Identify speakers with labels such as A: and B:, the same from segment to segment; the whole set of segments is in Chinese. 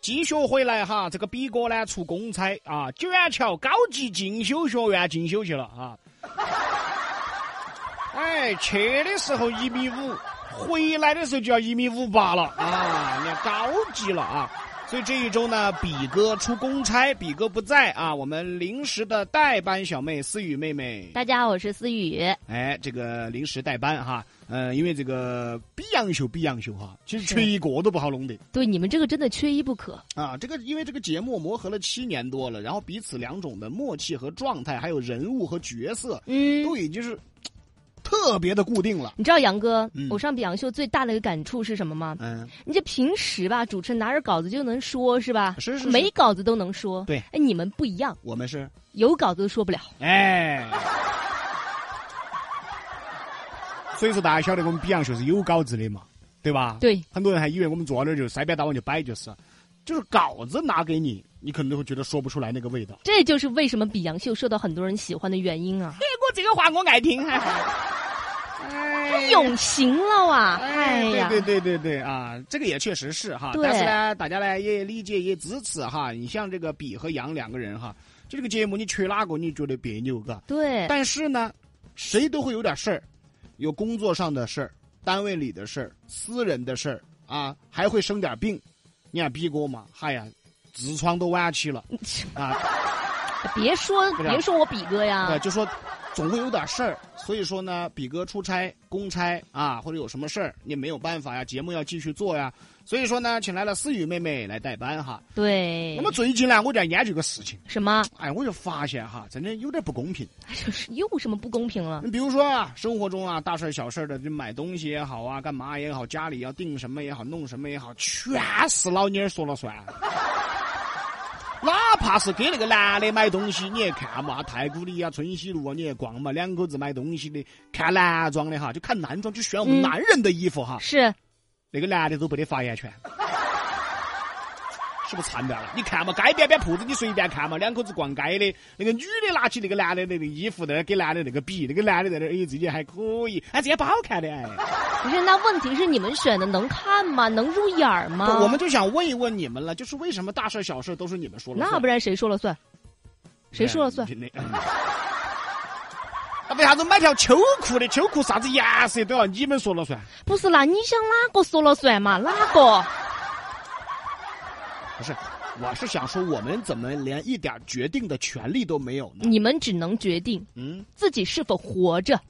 A: 继续回来哈，这个比哥呢出公差啊，九眼桥高级进修学院进修去了啊。哎，去的时候一米五，回来的时候就要一米五八了啊，那高级了啊。所以这一周呢，比哥出公差，比哥不在啊，我们临时的代班小妹思雨妹妹。
B: 大家好，我是思雨。
A: 哎，这个临时代班哈，呃，因为这个比洋秀比洋秀哈，其实缺一个都不好弄的
B: 对，你们这个真的缺一不可。
A: 啊。这个因为这个节目磨合了七年多了，然后彼此两种的默契和状态，还有人物和角色，
B: 嗯，
A: 都已经是特别的固定了。
B: 你知道杨哥，
A: 嗯
B: 我上比洋秀最大的一个感触是什么吗？
A: 嗯，
B: 你这平时吧，主持人拿着稿子就能说，是吧？
A: 是是是
B: 没稿子都能说。
A: 对
B: 哎，你们不一样，
A: 我们是
B: 有稿子都说不了。
A: 哎。 所以说，大家晓得我们比洋秀是有稿子的嘛，对吧？
B: 对，
A: 很多人还以为我们坐那儿就塞边打碗就摆就是，就是稿子拿给你，你可能都会觉得说不出来那个味道。
B: 这就是为什么比洋秀受到很多人喜欢的原因啊！
A: 哎我这个话我爱听， 还哎
B: 有型了啊！哎呀，
A: 对对对对对啊，这个也确实是哈，
B: 对
A: 但是呢，大家呢也理解也支持哈。你像这个比和杨两个人哈，就这个节目你缺哪个你觉得别扭嘎，
B: 对
A: 但是呢，谁都会有点事儿，有工作上的事儿，单位里的事儿，私人的事儿啊，还会生点病。你看比哥嘛，嗨呀，痔疮都弯起了 啊，
B: 别说
A: 不是
B: 别说我比哥呀，
A: 对，就说总会有点事儿，所以说呢，比哥出差、公差啊，或者有什么事儿，你没有办法呀，节目要继续做呀，所以说呢，请来了思雨妹妹来代班哈。
B: 对，
A: 那么最近呢，我就在研究个事情，
B: 什么？
A: 哎，我就发现哈，真的有点不公平。
B: 哎就是又什么不公平了？
A: 你比如说啊，生活中啊，大事儿小事儿的，就买东西也好啊，干嘛也好，家里要订什么也好，弄什么也好，全是老妞儿说了算。 哪怕是给那个男的买东西，你也看嘛，太古里啊、春熙路啊，你也逛嘛，两口子买东西的，看男装的哈，就看男装，就选我们
B: 嗯
A: 男人的衣服哈，
B: 是
A: 那个男的都没得发言权， 是不是惨淡了？你看嘛，街边边铺子你随便看嘛，两口子逛街的，那个女的拿起那个男的那个衣服在那儿给男的那个比，那个男的在那儿哎呦这件还可以，哎这件不好看的哎。
B: 不是？那问题是你们选的能看吗？能入眼儿吗？
A: 我们就想问一问你们了，就是为什么大事小事都是你们说了算？
B: 那不然谁说了算？谁说了算？
A: 哎？那 那为啥子买条秋裤的秋裤啥子颜色都要你们说了算？
B: 不是啦，你想哪个说了算嘛？哪个？
A: 不是，我是想说我们怎么连一点决定的权利都没有呢？
B: 你们只能决定
A: 嗯，
B: 自己是否活着。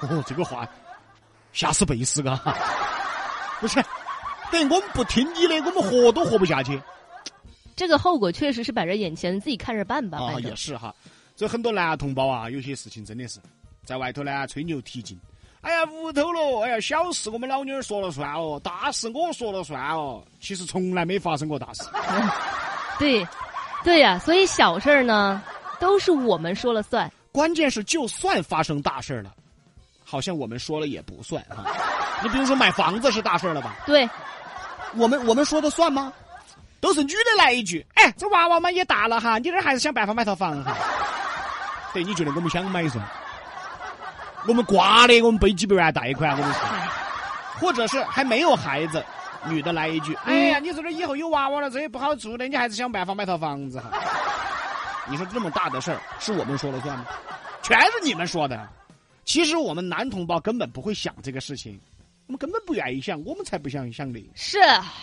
A: 哦，这个话吓死贝斯嘎！不是，等于我们不听你的，我们活都活不下去
B: 这个后果确实是摆在眼前，自己看着办吧。
A: 啊！
B: 反正
A: 也是哈，所以很多男同胞啊，有些事情真的是在外头呢吹牛提劲。哎呀，屋头咯，哎呀，小事我们老妞儿说了算哦，大事我说了算哦。其实从来没发生过大事。
B: 对，对呀、所以小事儿呢，都是我们说了算。
A: 关键是，就算发生大事儿了，好像我们说了也不算哈。你比如说买房子是大事儿了吧？
B: 对，
A: 我们我们说的算吗？都是女的来一句，哎，这娃娃嘛也大了哈，你这儿还是想办法买套房 哈。对，你觉得我们想买是吧？我们瓜的，我们背几百万贷款，我们是
B: 哎
A: 或者是还没有孩子，女的来一句，哎呀，你这个以后有娃娃了，这也不好做的，你还是想办法买套房子哈。 你说这么大的事儿，是我们说了算吗？全是你们说的。其实我们男同胞根本不会想这个事情，我们根本不愿意想，我们才不想想的。
B: 是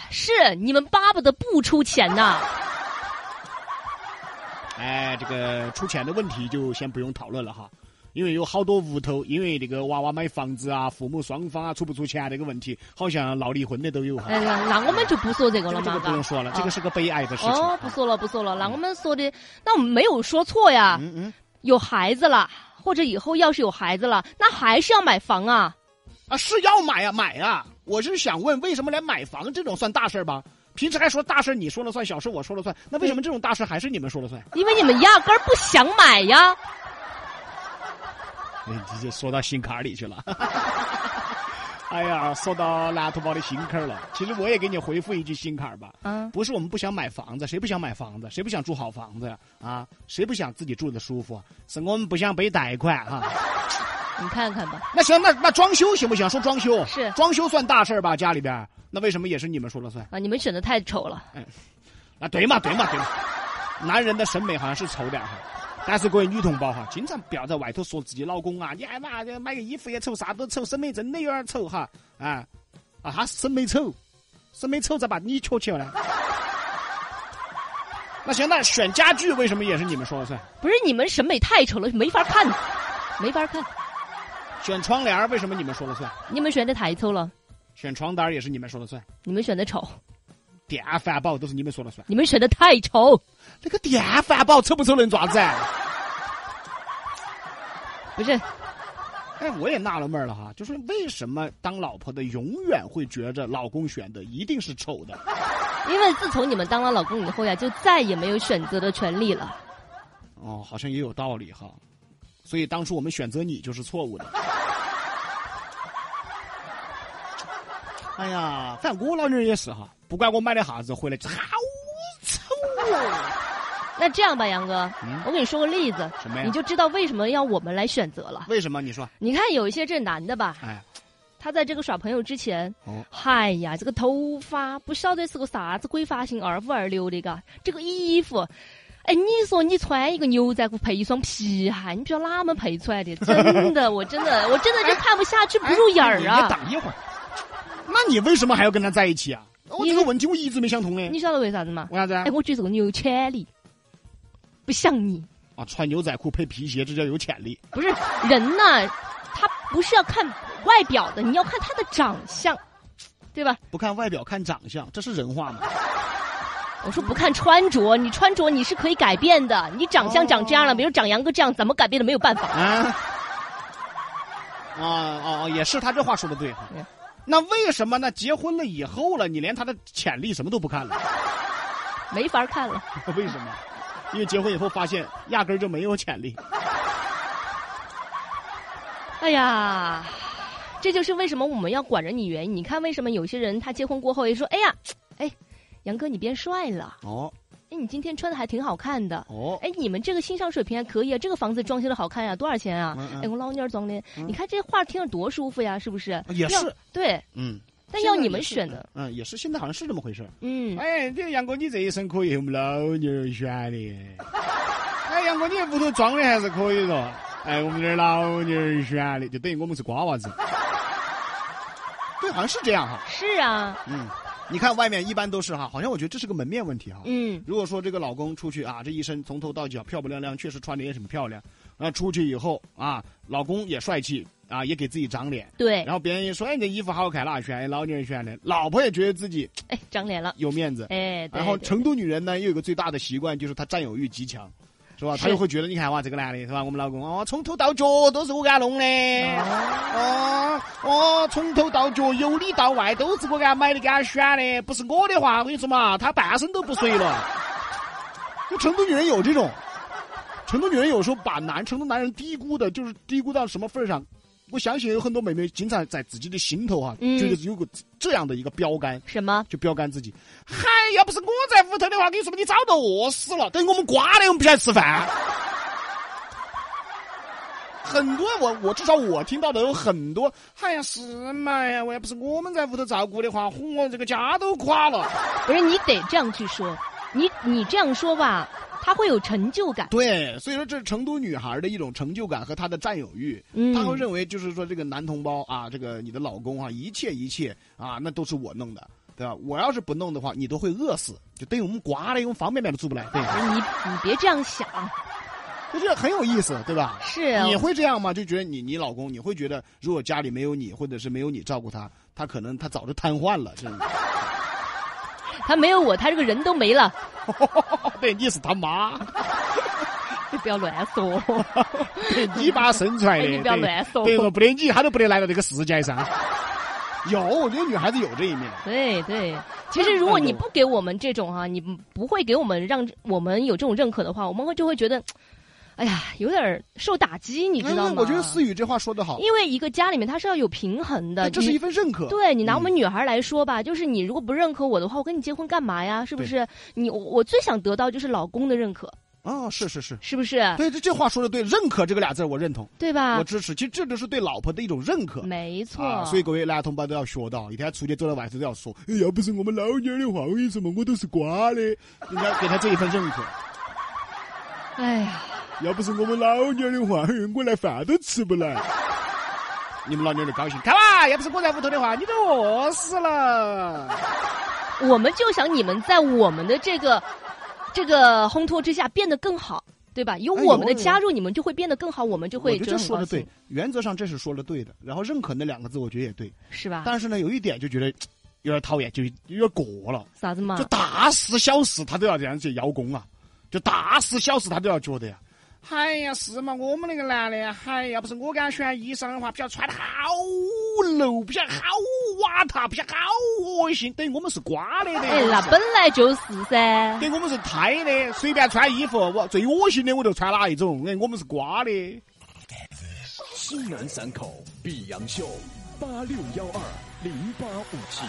B: 是，你们巴不得不出钱呐。
A: 哎，这个出钱的问题就先不用讨论了哈，因为有好多屋头因为这个娃娃买房子啊，父母双方啊出不出钱这个问题，好像闹离婚的都有哈。
B: 哎，那那我们就不说这个
A: 这
B: 了
A: 个这个
B: 嘛，
A: 不用说了，这个是个悲哀的事情。
B: 哦，不说了不说了，那我们说的，那我们没有说错呀。
A: 嗯嗯
B: 有孩子了，或者以后要是有孩子了，那还是要买房啊。
A: 啊，是要买啊买啊！我是想问，为什么连买房这种算大事儿吧？平时还说大事儿你说了算，小事儿我说了算，那为什么这种大事儿还是你们说了 算？
B: 因为你们压根儿不想买呀。
A: 哎你直接说到心坎儿里去了。 哎呀，说到男同胞的心坎儿了，其实我也给你回复一句心坎儿吧。
B: 啊，
A: 不是我们不想买房子，谁不想买房子？谁不想住好房子呀？啊，谁不想自己住的舒服啊？是我们不想背贷款哈。
B: 你看看吧，
A: 那行，那那装修行不行？说装修
B: 是
A: 装修算大事儿吧？家里边儿那为什么也是你们说了算？
B: 啊，你们选的太丑了，
A: 啊，对嘛对嘛对嘛，男人的审美好像是丑点儿哈，但是各位女同胞哈，经常不要在外头说自己老公啊，你哎妈的买个衣服也丑，啥都丑，审美真的有点丑哈啊啊，他审美丑，审美丑咋把你瞧起了呢？ 那行，那选家具为什么也是你们说了算？
B: 不是你们审美太丑了，没法看，没法看，
A: 选窗帘儿为什么你们说了算？
B: 你们选的太丑了，
A: 选床单儿也是你们说了算？
B: 你们选的丑，
A: 电饭煲都是你们说了算？
B: 你们选的太丑，
A: 那个电饭煲丑不丑能咋子？啊
B: 不是
A: 哎，我也纳了闷儿了哈，就是为什么当老婆的永远会觉着老公选的一定是丑 的？
B: 因为自从你们当了老公以后呀，就再也没有选择的权利了。
A: 哦，好像也有道理哈。所以当初我们选择你就是错误的。哎呀，反正我老娘儿也是哈，不管我买的啥子回来就好丑哦。
B: 那这样吧，杨哥，
A: 嗯
B: 我给你说个例子，
A: 什么呀嗯
B: 你？就知道为什么要我们来选择了。
A: 为什么？你说，
B: 你看有一些这男的吧，
A: 哎，
B: 他在这个耍朋友之前，
A: 哦，
B: 嗨呀，这个头发不晓得是个啥子鬼发型，二五二六的嘎，这个衣服。哎，你说你穿一个牛仔裤配一双皮鞋，你不知道哪门配出来的？真的，我真的，我真的就看不下去，不入眼儿
A: 哎你你
B: 啊！
A: 等一会儿，那你为什么还要跟他在一起啊？我
B: 因
A: 这
B: 为
A: 个问题我一直没想通哎
B: 你。晓得为啥子吗？
A: 为啥子啊
B: 哎，？我觉得这个你有潜力，不像你。
A: 啊，穿牛仔裤配皮鞋，这叫有潜力。啊
B: 不是人呐，他不是要看外表的，你要看他的长相，对吧？
A: 不看外表，看长相，这是人话 吗？
B: 我说不看穿着，你穿着你是可以改变的，你长相长这样了，
A: 哦
B: 比如长杨哥这样，怎么改变的没有办法。
A: 啊，啊哦哦，也是，他这话说的对哈
B: 嗯。
A: 那为什么呢？结婚了以后了，你连他的潜力什么都不看了？
B: 没法看了。
A: 为什么？因为结婚以后发现压根儿就没有潜力。
B: 哎呀，这就是为什么我们要管着你原因。你看，为什么有些人他结婚过后也说：“哎呀，哎，杨哥你变帅了，
A: 哦
B: 哎，你今天穿的还挺好看的。”
A: 哦，
B: 哎，你们这个欣赏水平还可以啊！这个房子装修的好看呀、多少钱啊？
A: 嗯嗯
B: 哎，我老娘儿装的，
A: 嗯
B: 你看这话听着多舒服呀，是不是？
A: 也
B: 要
A: 是，
B: 对，
A: 嗯，
B: 但
A: 现
B: 要
A: 在
B: 你
A: 也
B: 们
A: 是
B: 选的，，
A: 嗯，也是，现在好像是这么回事儿。
B: 嗯，
A: 哎，这个杨哥，你这一身可以，我们老妞儿选的。哎，杨哥，你屋头装的还是可以的。哎，我们这儿老妞儿选的，就等于我们是瓜娃子。对，好像是这样哈。
B: 是啊，
A: 嗯，你看外面一般都是哈，好像我觉得这是个门面问题哈。
B: 嗯，
A: 如果说这个老公出去啊，这一身从头到脚漂漂亮亮，确实穿的也很漂亮。然后出去以后啊，老公也帅气啊，也给自己长脸。
B: 对
A: 然，后别人一说，哎，你这衣服好看啦，选老妞儿选的，老婆也觉得自己
B: 哎，长脸了，
A: 有面子。
B: 哎，对
A: 然后
B: 对
A: 成都女人呢，又有个最大的习惯，就是她占有欲极强，是吧？
B: 是
A: 她就会觉得，你看哇，这个男的是吧？我们老公哦，从头到脚都是我给他弄的，哦哦，从头到脚由里到外都是我给他买的，给他选的，不是我的话，我跟你说嘛，他半身都不遂了。 就成都女人有这种，成都女人有时候把男成都男人低估的，就是低估到什么份儿上。我相信有很多妹妹经常在自己的心头啊，
B: 嗯
A: 觉得有个这样的一个标杆，
B: 什么？
A: 就标杆自己。嗨，要不是我在屋头的话，跟你说嘛，你早都饿死了。等于我们瓜的，我们不想吃饭。很多我我至少我听到的有很多，哎呀是嘛呀，我要不是我们在屋头照顾的话，嚯，我这个家都垮了。
B: 不是你得这样去说，你你这样说吧，他会有成就感，
A: 对，所以说这是成都女孩的一种成就感和她的占有欲，
B: 嗯
A: 她会认为就是说这个男同胞啊，这个你的老公啊，一切一切啊，那都是我弄的，对吧？我要是不弄的话，你都会饿死，就等于我们瓜的，我们方便面都做不来，对。
B: 你你别这样想，
A: 就是很有意思，对吧？
B: 是啊
A: 你会这样吗？就觉得你你老公，你会觉得如果家里没有你，或者是没有你照顾他，他可能他早就瘫痪了，真 的。
B: 他没有我，他这个人都没了，哦
A: 对，你是他妈，
B: 你不要乱说，
A: 对你把他生出来的，
B: 哎你不要乱说
A: 对对，不得你，他都不得来到这个世界上。有，我觉得女孩子有这一面。
B: 对对。其实，如果你不给我们这种哈、你不会给我们让我们有这种认可的话，我们会就会觉得，哎呀，有点儿受打击，你知道吗？
A: 嗯我觉得思雨这话说的好，哎
B: 因为一个家里面它是要有平衡的，
A: 这是
B: 你
A: 一份认可。
B: 对你拿我
A: 嗯
B: 们女孩来说吧，就是你如果不认可我的话，我跟你结婚干嘛呀？是不是？你我我最想得到就是老公的认可，
A: 啊，是是是，
B: 是不是？
A: 对，这这话说的对，认可这个俩字儿我认同，
B: 对吧
A: 我？支持。其实这就是对老婆的一种认可。
B: 没错、
A: 啊，所以各位男同胞都要学到，一天出去走到外头都要说，哎要不是我们老娘的话，我跟你说嘛，我都是瓜的，应该给他这一份认可。
B: 哎呀，
A: 要不是我们老娘的话，我连饭都吃不来。 你们老娘就高兴，看吧，要不是我在屋头的话，你都饿死了。
B: 我们就想你们在我们的这个这个烘托之下变得更好，对吧？有
A: 哎
B: 我们的
A: 有有
B: 加入，你们就会变得更好，我们就
A: 我
B: 会
A: 觉得这
B: 觉得很
A: 说
B: 高
A: 的对
B: 兴，，
A: 原则上这是说的对的。然后认可那两个字，我觉得也对。
B: 是吧？
A: 但是呢，有一点就觉得嘖有点讨厌，就有点过了。
B: 啥子嘛
A: 就？大事小事他都要这样去邀功啊，就大事小事他都要觉得呀。哎呀，是嘛？我们那个男的呀，哎呀，不是我给他选衣裳的话，不晓得穿的好露，不晓得好邋遢，不晓得好恶心。等于我们是瓜的的，
B: 哎，那本来就是噻。
A: 等于我们是胎的，随便穿衣服，我最恶心的我就穿哪一种？哎，我们是瓜的。
C: 西南三口碧阳秀八六幺二零八五七。